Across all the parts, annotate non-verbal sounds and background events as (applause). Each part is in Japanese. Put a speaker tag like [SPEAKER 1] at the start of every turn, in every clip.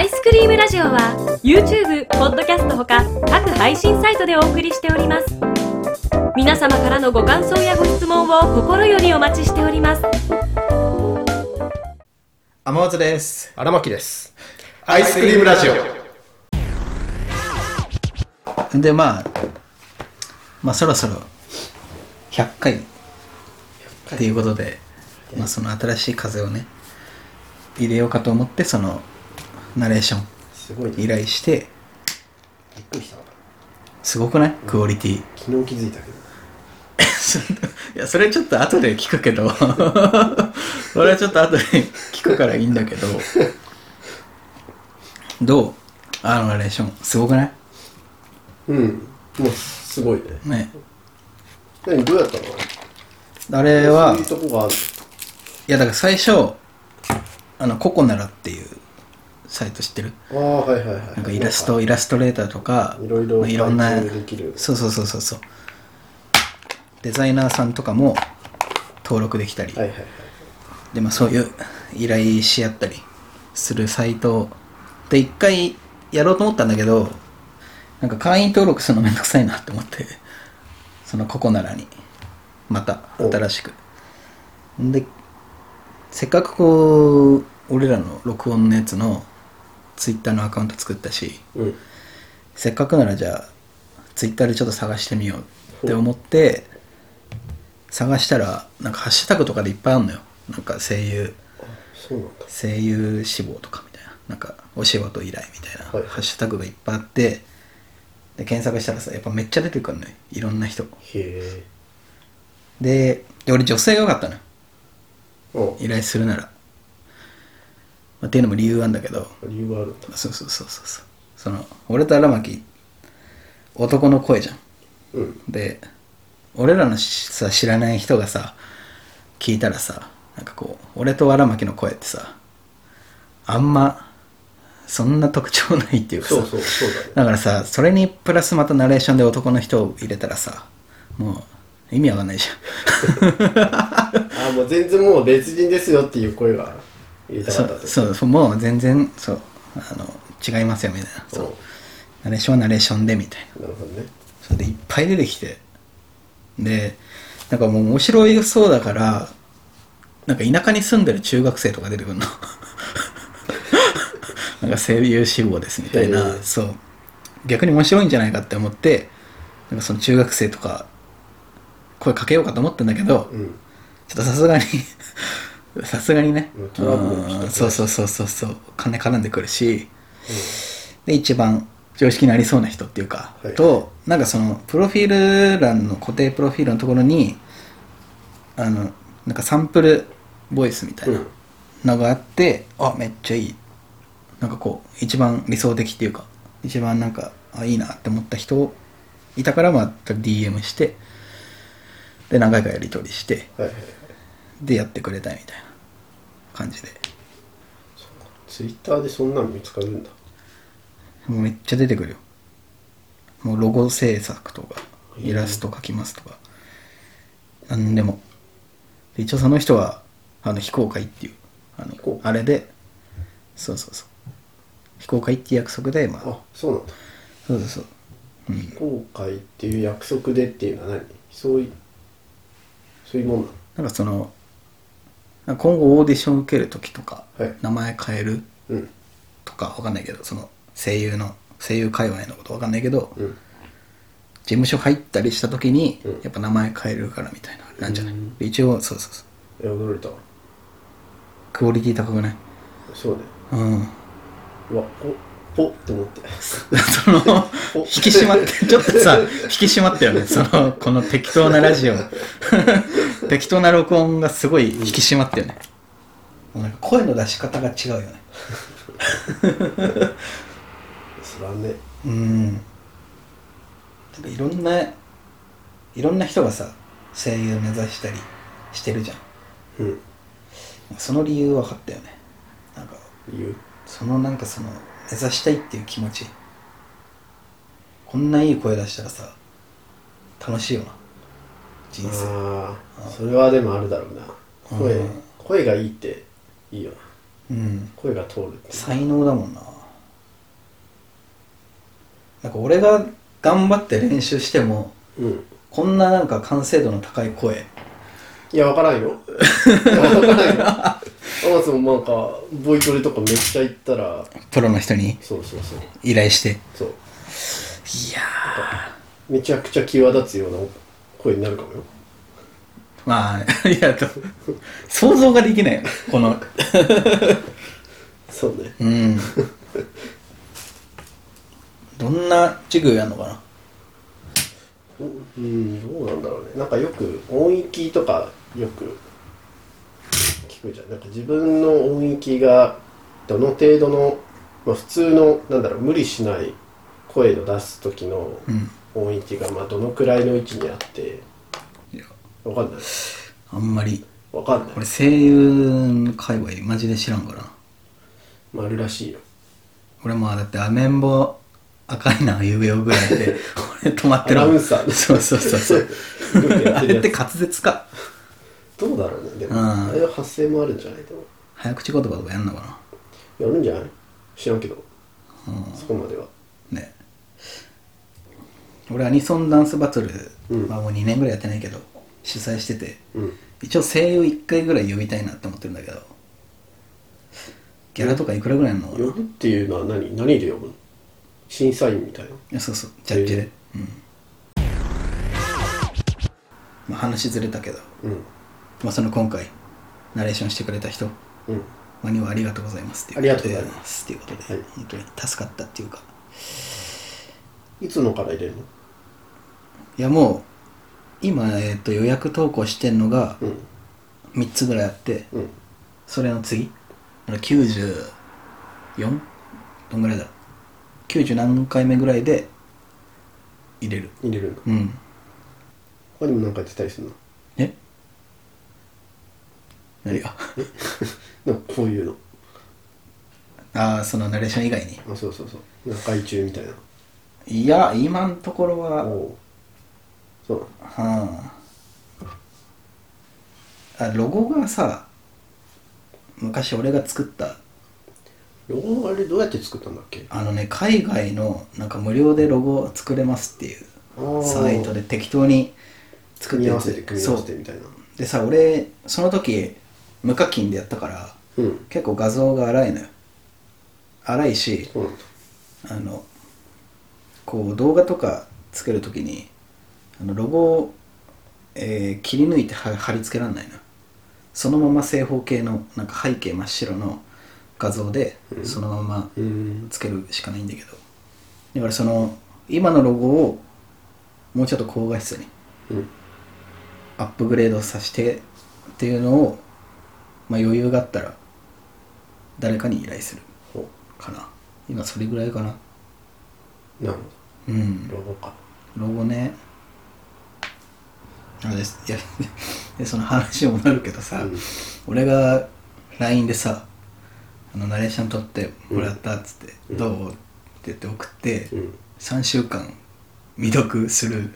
[SPEAKER 1] イスクリームラジオは YouTube、ポッドキャストほか各配信サイトでお送りしております皆様からのご感想やご質問を心よりお待ちしております
[SPEAKER 2] 天松です
[SPEAKER 3] 荒牧です。
[SPEAKER 2] アイスクリームラジでまあまあそろそろ100回っていうことで、まあ、その新しい風をね入れようかと思ってそのナレーション
[SPEAKER 3] すごいね。
[SPEAKER 2] 依頼して
[SPEAKER 3] びっくりした。
[SPEAKER 2] すごくないクオリティ (laughs)
[SPEAKER 3] 昨日気づいたけど。
[SPEAKER 2] いやそれちょっと後で聞くけ
[SPEAKER 3] (laughs)
[SPEAKER 2] どそれはちょっと後で聞くからいいんだけどどうあのナレーションすごくない
[SPEAKER 3] うん。もうすごいね。
[SPEAKER 2] ね
[SPEAKER 3] 何どうやったの？
[SPEAKER 2] あれは
[SPEAKER 3] そういうとこがある。
[SPEAKER 2] いやだから最初あのココナラっていうサイト知ってる
[SPEAKER 3] ああはいはいはい。
[SPEAKER 2] なんかイラストイラストレーターとか
[SPEAKER 3] いろいろ
[SPEAKER 2] まあいろんな
[SPEAKER 3] できる
[SPEAKER 2] そうそうそうそうそうデザイナーさんとかも登録できたり、
[SPEAKER 3] はいはいはい。
[SPEAKER 2] でまあ、そういう依頼し合ったりするサイトで一回やろうと思ったんだけどなんか会員登録するのめんどくさいなって思ってそのココナラにまた
[SPEAKER 3] お
[SPEAKER 2] 新しくでせっかくこう俺らの録音のやつのツイッターのアカウント作ったし
[SPEAKER 3] うん。
[SPEAKER 2] せっかくならじゃあツイッターでちょっと探してみようって思って探したらなんかハッシュタグとかでいっぱいあるのよなんか声優
[SPEAKER 3] そうなんだ。
[SPEAKER 2] 声優志望とかみたいななんかお仕事依頼みたいな、
[SPEAKER 3] はい
[SPEAKER 2] ハッシュタグがいっぱいあってで検索したらさやっぱめっちゃ出てくるのよいろんな人
[SPEAKER 3] へ
[SPEAKER 2] でで俺女性が良かったのよ
[SPEAKER 3] え。うん。
[SPEAKER 2] 依頼するなら、まあっていうのも理由あんだけど
[SPEAKER 3] 理由があるんだ。
[SPEAKER 2] そうそうそうそうそうその俺と荒牧男の声じゃん
[SPEAKER 3] うん。
[SPEAKER 2] で俺らのしさ知らない人がさ聞いたらさなんかこう俺と荒牧の声ってさあんまそんな特徴ないっていうかさ
[SPEAKER 3] そうそうそうだね。
[SPEAKER 2] だからさそれにプラスまたナレーションで男の人を入れたらさもう意味わかんないじ
[SPEAKER 3] (laughs)
[SPEAKER 2] ゃ
[SPEAKER 3] ああもう全然もう別人ですよっていう声が入れ
[SPEAKER 2] ん
[SPEAKER 3] たかった
[SPEAKER 2] そそうそうもう全然そうあの違いますよみたいなそう
[SPEAKER 3] う。
[SPEAKER 2] ナレーションはナレーションでみたいな
[SPEAKER 3] うんなるほどね。
[SPEAKER 2] それでいっぱい出てきてでなんかもう面白いそうだからなんか田舎に住んでる中学生とか出てくるのなんか声優志望ですみたい
[SPEAKER 3] へ
[SPEAKER 2] な
[SPEAKER 3] え
[SPEAKER 2] そう逆に面白いんじゃないかって思ってなんかその中学生とか声かけようかと思ったんだけど、
[SPEAKER 3] うん。
[SPEAKER 2] ちょっとさすがに (laughs) さすがにね
[SPEAKER 3] うんトラブルも来た
[SPEAKER 2] うんそうそうそうそうそう金絡んでくるし、で一番常識になりそうな人っていうか、
[SPEAKER 3] はい
[SPEAKER 2] となんかそのプロフィール欄の固定プロフィールのところにあのなんかサンプルボイスみたいなのがあって、あめっちゃいいなんかこう一番理想的っていうか一番なんかあいいなって思った人いたからまあ DM してで何回かやり取りして
[SPEAKER 3] はいはいはい。
[SPEAKER 2] でやってくれたみたいな感じで
[SPEAKER 3] ツイッターでそんなの見つかるんだ。
[SPEAKER 2] もうめっちゃ出てくるよもうロゴ制作とかイラスト描きますとか何でもで一応その人はあの非公開っていうあ
[SPEAKER 3] 非公
[SPEAKER 2] の
[SPEAKER 3] 開
[SPEAKER 2] あれでそうそうそう非公開っていう約束でまあ
[SPEAKER 3] あそうなんだ。
[SPEAKER 2] そうそうそううん
[SPEAKER 3] 後悔っていう約束でっていうのは何そういうそういうもんなの
[SPEAKER 2] なんかそのなんか今後オーディション受ける時とか、
[SPEAKER 3] はい
[SPEAKER 2] 名前変える
[SPEAKER 3] うん
[SPEAKER 2] とかわかんないけどその声優の声優界隈のことわかんないけど、
[SPEAKER 3] うん
[SPEAKER 2] 事務所入ったりした時に、
[SPEAKER 3] うん
[SPEAKER 2] やっぱ名前変えるからみたいななんじゃない、
[SPEAKER 3] うん
[SPEAKER 2] 一応そうそうそう
[SPEAKER 3] え驚いたわ
[SPEAKER 2] クオリティ高くない
[SPEAKER 3] そうね
[SPEAKER 2] うん (laughs)
[SPEAKER 3] うわおおって思って (laughs)
[SPEAKER 2] その
[SPEAKER 3] お
[SPEAKER 2] 引き締ま (laughs) ってちょっとさ引き締まったよねそのこの適当なラジ (laughs) オ適当な録音がすごい引き締まったよね、もうなんか声の出し方が違うよね
[SPEAKER 3] すまんね
[SPEAKER 2] うんなんかいろんないろんな人がさ声優目指したりしてるじゃん
[SPEAKER 3] うん
[SPEAKER 2] その理由分かったよねなんか
[SPEAKER 3] 言う
[SPEAKER 2] そのなんかその目指したいっていう気持ちこんないい声出したらさ楽しいよな人生
[SPEAKER 3] あ
[SPEAKER 2] あ
[SPEAKER 3] あそれはでもあるだろうな声
[SPEAKER 2] うん
[SPEAKER 3] 声がいいっていいよな
[SPEAKER 2] うん
[SPEAKER 3] 声が通るって
[SPEAKER 2] 才能だもんななんか俺が頑張って練習しても
[SPEAKER 3] うん
[SPEAKER 2] こんななんか完成度の高い声
[SPEAKER 3] いやわからんよいやわから
[SPEAKER 2] (laughs)
[SPEAKER 3] んよアマゾンもなんかボイトレとかめっちゃ行ったら
[SPEAKER 2] プロの人に
[SPEAKER 3] そうそうそう
[SPEAKER 2] 依頼して
[SPEAKER 3] そう
[SPEAKER 2] いや
[SPEAKER 3] めちゃくちゃ際立つような声になるかもよ
[SPEAKER 2] ーまあいやと想像ができないよこの
[SPEAKER 3] そうね
[SPEAKER 2] うんどんな授業やんのかな
[SPEAKER 3] おうんどうなんだろうねなんかよく音域とかよく聞くじゃんなんか自分の音域がどの程度の、まあ、普通のなんだろう無理しない声の出す時の
[SPEAKER 2] うん
[SPEAKER 3] 音域がまあどのくらいの位置にあって
[SPEAKER 2] いや
[SPEAKER 3] わかんない
[SPEAKER 2] あんまり
[SPEAKER 3] わかんない
[SPEAKER 2] 俺声優界隈マジで知らんからな
[SPEAKER 3] まああるらしいよ
[SPEAKER 2] 俺もだってアメンボ赤いな指をぐらいで俺止まってる
[SPEAKER 3] アナウンサー
[SPEAKER 2] そうそうそうそう
[SPEAKER 3] よくや
[SPEAKER 2] あ
[SPEAKER 3] ってる
[SPEAKER 2] れっ
[SPEAKER 3] や
[SPEAKER 2] て
[SPEAKER 3] つ
[SPEAKER 2] 滑舌か
[SPEAKER 3] どうだろうねでも、
[SPEAKER 2] うん
[SPEAKER 3] あれは発声もあるんじゃないと
[SPEAKER 2] 早口言葉とかやんのか
[SPEAKER 3] やるんじゃない知らんけど
[SPEAKER 2] なうん
[SPEAKER 3] そこまでは
[SPEAKER 2] ね俺アニソンダンスバトル、
[SPEAKER 3] うん
[SPEAKER 2] まあもう2年ぐらいやってないけど主催してて
[SPEAKER 3] うん
[SPEAKER 2] 一応声優1回ぐらい呼びたいなって思ってるんだけどギャラとかいくらぐらいなのか
[SPEAKER 3] 呼
[SPEAKER 2] な
[SPEAKER 3] ぶっていうのは何何で呼ぶの審査員みたいない
[SPEAKER 2] やそうそうジャッジで、うんまあ、話ずれたけど、
[SPEAKER 3] うん
[SPEAKER 2] まあ、その今回ナレーションしてくれた人
[SPEAKER 3] うん
[SPEAKER 2] まあにはありがとうございますっていう
[SPEAKER 3] ありがとうございます
[SPEAKER 2] っていうことで、
[SPEAKER 3] はい
[SPEAKER 2] 本当に助かったっていうか
[SPEAKER 3] いつのから入れるの
[SPEAKER 2] いやもう今、えー、と予約投稿してんのが
[SPEAKER 3] うん
[SPEAKER 2] 3つぐらいあって
[SPEAKER 3] うん
[SPEAKER 2] それの次だから 94? どんぐらいだ90何回目ぐらいで入れる
[SPEAKER 3] 入れるんだ
[SPEAKER 2] うん
[SPEAKER 3] 他にも何かやってたりするの
[SPEAKER 2] え何が
[SPEAKER 3] なんかこういうの
[SPEAKER 2] ああそのナレーション以外に
[SPEAKER 3] あそうそうそう中居中みたいない
[SPEAKER 2] や今のところは、は
[SPEAKER 3] おおそうなの
[SPEAKER 2] ああロゴがさ昔俺が作った
[SPEAKER 3] ロゴあれどうやって作ったんだっけ
[SPEAKER 2] あのね海外のなんか無料でロゴ作れますっていう
[SPEAKER 3] あー
[SPEAKER 2] サイトで適当に作っ
[SPEAKER 3] 組
[SPEAKER 2] て
[SPEAKER 3] み合
[SPEAKER 2] や
[SPEAKER 3] わせて
[SPEAKER 2] つ
[SPEAKER 3] 組み合
[SPEAKER 2] そ
[SPEAKER 3] わせて
[SPEAKER 2] う
[SPEAKER 3] みたいな
[SPEAKER 2] でさ俺その時無課金でやったから
[SPEAKER 3] うん
[SPEAKER 2] 結構画像が荒いのよ荒いし
[SPEAKER 3] そうなんだ
[SPEAKER 2] あのこう動画とかつけるときにあのロゴを、えー切り抜いては貼り付けられないのそのまま正方形のなんか背景真っ白の画像で
[SPEAKER 3] うん
[SPEAKER 2] そのまま
[SPEAKER 3] うーん
[SPEAKER 2] つけるしかないんだけどだからその今のロゴをもうちょっと高画質に
[SPEAKER 3] うん
[SPEAKER 2] アップグレードさせてっていうのを、まあ、余裕があったら誰かに依頼する
[SPEAKER 3] ほ
[SPEAKER 2] かな今それぐらいかな
[SPEAKER 3] うなる
[SPEAKER 2] う
[SPEAKER 3] ほ
[SPEAKER 2] ん
[SPEAKER 3] どロゴか
[SPEAKER 2] ロゴねあですいや (laughs) でその話にもなるけどさ、
[SPEAKER 3] うん
[SPEAKER 2] 俺が LINE でさあのナレーション撮ってもらったっつって「
[SPEAKER 3] うん
[SPEAKER 2] どう?」って言って送って、
[SPEAKER 3] うん
[SPEAKER 2] 3週間未読する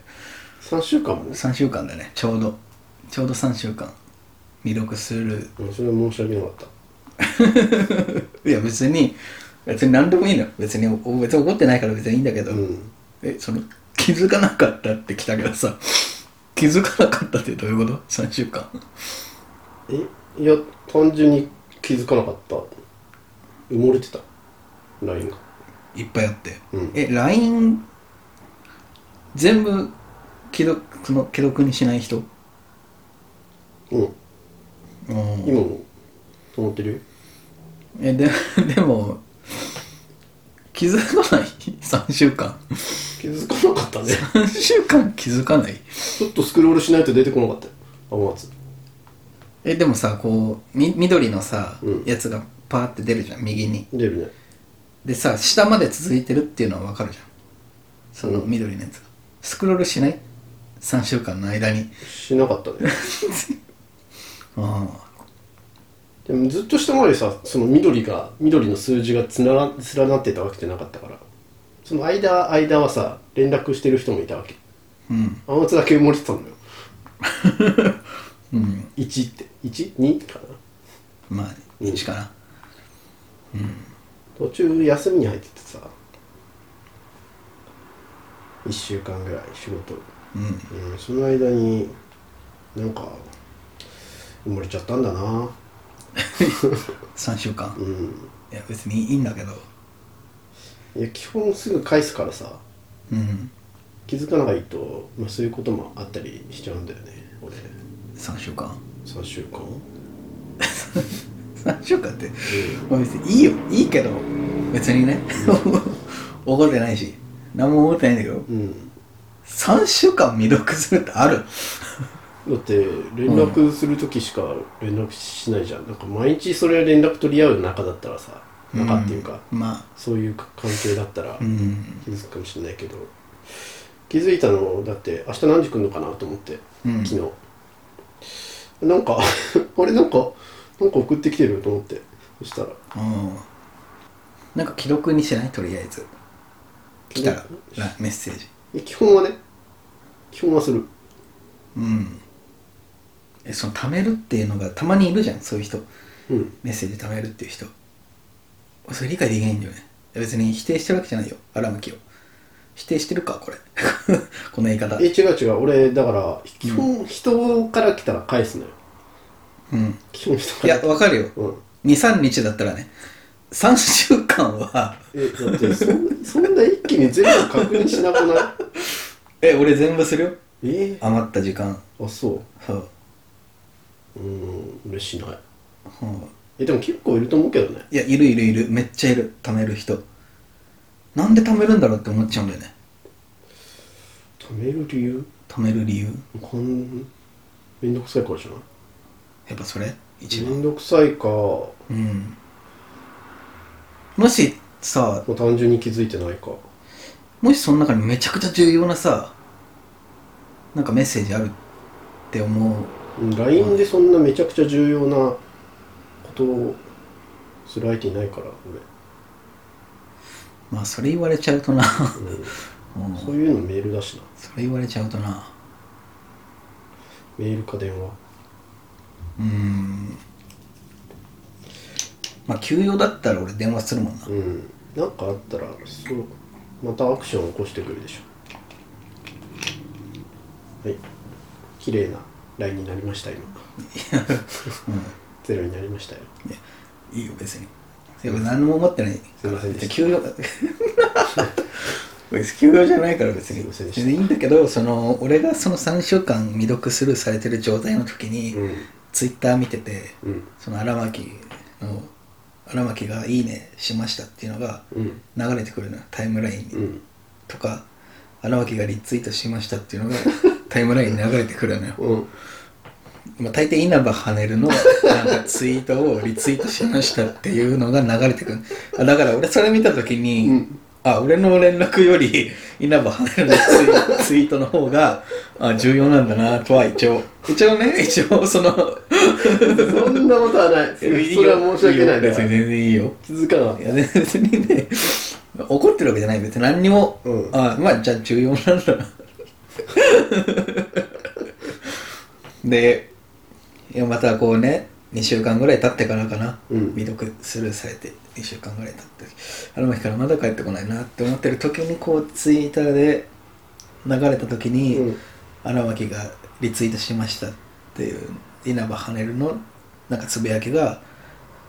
[SPEAKER 3] 3週間も
[SPEAKER 2] 3週間だねちょうどちょうど3週間未読する (laughs)
[SPEAKER 3] うんそれは申し訳なかった
[SPEAKER 2] いや別に別に何でもいいのよ別にお別に怒ってないから別にいいんだけど、
[SPEAKER 3] うん
[SPEAKER 2] えその気づかなかったって来たけどさ気づかなかったってどういうこと ?3 週間
[SPEAKER 3] えいや単純に気づかなかった埋もれてたラインが
[SPEAKER 2] いっぱいあって、
[SPEAKER 3] うん
[SPEAKER 2] え LINE 全部既読その既読にしない人
[SPEAKER 3] うん
[SPEAKER 2] うん
[SPEAKER 3] 今も止まってるよ
[SPEAKER 2] えで (laughs) でも気づかない (laughs) 3週間 (laughs)
[SPEAKER 3] 気づかなかったね
[SPEAKER 2] 3週間気づかない
[SPEAKER 3] ちょっとスクロールしないと出てこなかったよ天松
[SPEAKER 2] えでもさこうみ緑のさ、
[SPEAKER 3] うん
[SPEAKER 2] やつがパーって出るじゃん右に
[SPEAKER 3] 出るね
[SPEAKER 2] でさ下まで続いてるっていうのはわかるじゃんその
[SPEAKER 3] うん
[SPEAKER 2] 緑のやつが、スクロールしない3週間の間に
[SPEAKER 3] しなかったね
[SPEAKER 2] あ
[SPEAKER 3] でもずっと下までさその緑が緑の数字がつなが連なってたわけじゃなかったからその間間はさ連絡してる人もいたわけ
[SPEAKER 2] あうん
[SPEAKER 3] 天松だけ埋もれて (laughs) たんだよ1って12かな
[SPEAKER 2] まあ
[SPEAKER 3] うん
[SPEAKER 2] いいかな、
[SPEAKER 3] 途中休みに入っててさ1週間ぐらい仕事、
[SPEAKER 2] うん
[SPEAKER 3] うん、その間になんか埋もれちゃったんだな
[SPEAKER 2] 3週間
[SPEAKER 3] うん
[SPEAKER 2] いや別にいいんだけど
[SPEAKER 3] いや基本すぐ返すからさ
[SPEAKER 2] うん
[SPEAKER 3] 気づかないと、まあ、そういうこともあったりしちゃうんだよね俺
[SPEAKER 2] 3週間
[SPEAKER 3] 3週間
[SPEAKER 2] 3週間ってまあ別にいいよいいけど別にね怒ってないし何も思ってないんだけど
[SPEAKER 3] うん、
[SPEAKER 2] 3週間未読するってある
[SPEAKER 3] だって連絡する時しか連絡しないじゃん、なんか毎日それ連絡取り合う仲だったらさ仲っていうか、
[SPEAKER 2] んま
[SPEAKER 3] そういう関係だったら、
[SPEAKER 2] あうん
[SPEAKER 3] 気づくかもしれないけど気づいたのだって明日何時来るのかなと思って
[SPEAKER 2] うん
[SPEAKER 3] 昨日、なんか (laughs) あれなんかなんか送ってきてると思ってそしたら
[SPEAKER 2] うんなんか既読にしないとりあえず来たららメッセージ
[SPEAKER 3] え基本はね基本はする
[SPEAKER 2] うんえその貯めるっていうのがたまにいるじゃんそういう人
[SPEAKER 3] うん
[SPEAKER 2] メッセージ貯めるっていう人俺それ理解できないんだよね別に否定してるわけじゃないよ荒牧を否定してるかこれ (laughs) この言い方
[SPEAKER 3] え違う違う俺だから基本人から来たら返すのよ
[SPEAKER 2] うん
[SPEAKER 3] 基本人
[SPEAKER 2] い
[SPEAKER 3] から
[SPEAKER 2] やわかるよ
[SPEAKER 3] うん
[SPEAKER 2] 23日だったらね3週間は
[SPEAKER 3] えだってそんそんな一気に全部確認しなくない
[SPEAKER 2] (laughs) え俺全部するよ (laughs)
[SPEAKER 3] え
[SPEAKER 2] 余った時間
[SPEAKER 3] あそ
[SPEAKER 2] そう
[SPEAKER 3] ううん俺しない
[SPEAKER 2] うん
[SPEAKER 3] えでも結構いると思うけどね
[SPEAKER 2] いやいるいるいるめっちゃいる貯める人なんで貯めるんだろうって思っちゃうんだよね
[SPEAKER 3] 貯める理由
[SPEAKER 2] 貯める理由
[SPEAKER 3] こんめんどくさいからじゃない
[SPEAKER 2] やっぱそれ一
[SPEAKER 3] め
[SPEAKER 2] 番
[SPEAKER 3] んどくさいかも
[SPEAKER 2] うんもしさ
[SPEAKER 3] う単純に気づいてないか
[SPEAKER 2] もしその中にめちゃくちゃ重要なさなんかメッセージあるって思う
[SPEAKER 3] うん LINE でそんなめちゃくちゃ重要なことをする相手いないから
[SPEAKER 2] まあそれ言われちゃう (laughs) とな、
[SPEAKER 3] 俺、うん
[SPEAKER 2] うん、
[SPEAKER 3] そういうのメールだしな
[SPEAKER 2] それ言われちゃうとな
[SPEAKER 3] メールか電話
[SPEAKER 2] うーんまあ休養だったら俺電話するも (laughs) んな
[SPEAKER 3] うんなんかあったらそうまたアクションを起こしてくるでしょはい綺麗な LINE になりました今ゼロになりましたよ
[SPEAKER 2] いいよ別にいや俺何も思ってない
[SPEAKER 3] すいませんでし
[SPEAKER 2] (laughs)
[SPEAKER 3] た
[SPEAKER 2] 休養俺休養じゃないから別に
[SPEAKER 3] すいませんでした
[SPEAKER 2] 全然いいんだけどその俺がその3週間未読スルーされてる状態の時に、
[SPEAKER 3] うん
[SPEAKER 2] ツイッター見てて
[SPEAKER 3] うん
[SPEAKER 2] その荒牧の荒牧が「いいね」しましたっていうのが
[SPEAKER 3] うん
[SPEAKER 2] 流れてくるのよタイムラインに、
[SPEAKER 3] うん
[SPEAKER 2] とか荒牧がリツイートしましたって
[SPEAKER 3] (laughs)
[SPEAKER 2] いうのがタイムラインに流れてくるのよ、
[SPEAKER 3] うん
[SPEAKER 2] まあ、大抵稲葉跳ねるのなんかツイートをリツイートしましたっていうのが流れてくるあだから俺それ見た時に、
[SPEAKER 3] うん
[SPEAKER 2] あ俺の連絡より稲葉跳ねるのツイツイートの方があ重要なんだなとは一応一応ね一応その
[SPEAKER 3] そんなことはない。そ
[SPEAKER 2] いい
[SPEAKER 3] れ
[SPEAKER 2] よ
[SPEAKER 3] は申し訳ない
[SPEAKER 2] よ別に
[SPEAKER 3] ね。
[SPEAKER 2] 全然いいよ
[SPEAKER 3] 気づかなかっ
[SPEAKER 2] いや別にね怒ってるわけじゃない別に何にも、
[SPEAKER 3] うん
[SPEAKER 2] あまあじゃあ重要なんだなでいやまたこうね2週間ぐらい経ってからかな、
[SPEAKER 3] うん
[SPEAKER 2] 未読スルーされて2週間ぐらい経ってあの日からまだ帰ってこないなって思ってる時にこうツイッターで流れた時
[SPEAKER 3] た。
[SPEAKER 2] に、
[SPEAKER 3] うん。
[SPEAKER 2] 荒牧がリツイートしましたっていう稲葉跳ねるのなんかつぶやきが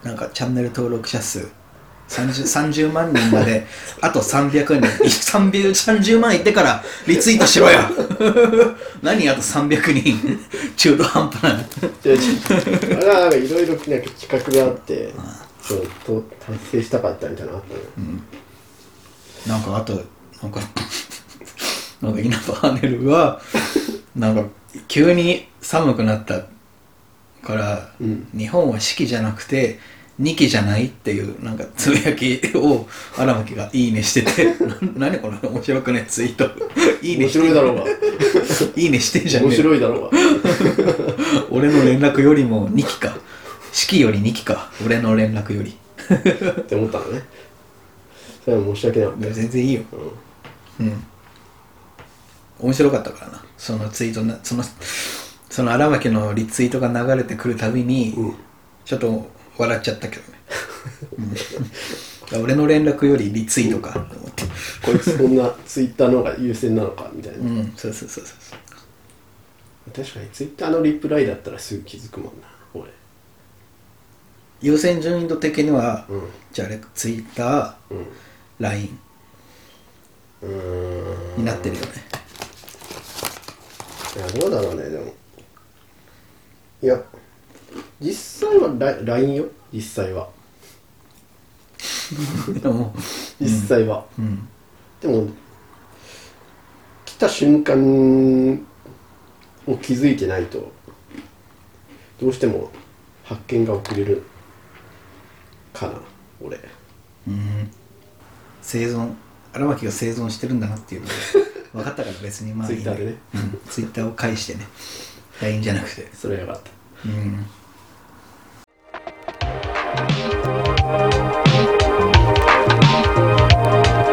[SPEAKER 2] なんかチャンネル登録者数 (laughs) 30, 30万人まであと300人30 30万いってからリツイートしろよ (laughs) 何あと300人中途半端な
[SPEAKER 3] じゃあちょっと、あれはなんかいろいろなんか企画があって、ちょっと達成したかったみたいなのあったのよ
[SPEAKER 2] なんかあとなんか (laughs) なんか稲葉ハネル
[SPEAKER 3] (laughs)
[SPEAKER 2] はなんか急に寒くなったから、
[SPEAKER 3] うん
[SPEAKER 2] 日本は四季じゃなくて二季じゃないっていうなんかつぶやきを荒牧が「いいね」してて (laughs) 「な何この面白くねツイート」「いいね
[SPEAKER 3] 面
[SPEAKER 2] して
[SPEAKER 3] 白いだろうが。
[SPEAKER 2] いいねしてんじゃ
[SPEAKER 3] (laughs) 面
[SPEAKER 2] ねえ
[SPEAKER 3] 白いだろうが。
[SPEAKER 2] 俺の連絡よりも二季か四季より二季か俺の連絡より
[SPEAKER 3] って思ったのね。それは申し訳なかったよ。
[SPEAKER 2] 全然いいよ
[SPEAKER 3] うん
[SPEAKER 2] うん面白かったからなそのツイートなそのその荒牧のリツイートが流れてくるたびに、
[SPEAKER 3] うん
[SPEAKER 2] ちょっと笑っちゃったけどね、うん、俺の連絡よりリツイートかと思って
[SPEAKER 3] こいつこんなツイッターの方が優先なのかみたいな、
[SPEAKER 2] うんそうそうそうそうそう
[SPEAKER 3] 確かにツイッターのリプライだったらすぐ気づくもんな俺
[SPEAKER 2] 優先順位度的には、
[SPEAKER 3] うん
[SPEAKER 2] じゃああれツイッタ
[SPEAKER 3] うん
[SPEAKER 2] ー LINE
[SPEAKER 3] うーん
[SPEAKER 2] になってるよね、
[SPEAKER 3] いやどうだろうねでもいや実際はラ LINE よ実際は
[SPEAKER 2] でも
[SPEAKER 3] 実際は、
[SPEAKER 2] うん
[SPEAKER 3] でも来た瞬間を気づいてないとどうしても発見が遅れるかな俺
[SPEAKER 2] 生存荒牧が生存してるんだなっていうのが分かったから別にまあいいんだけど
[SPEAKER 3] Twitter でね (laughs)
[SPEAKER 2] うん、ツイッターを介してね LINE じゃなくて
[SPEAKER 3] それはよかっ
[SPEAKER 2] うん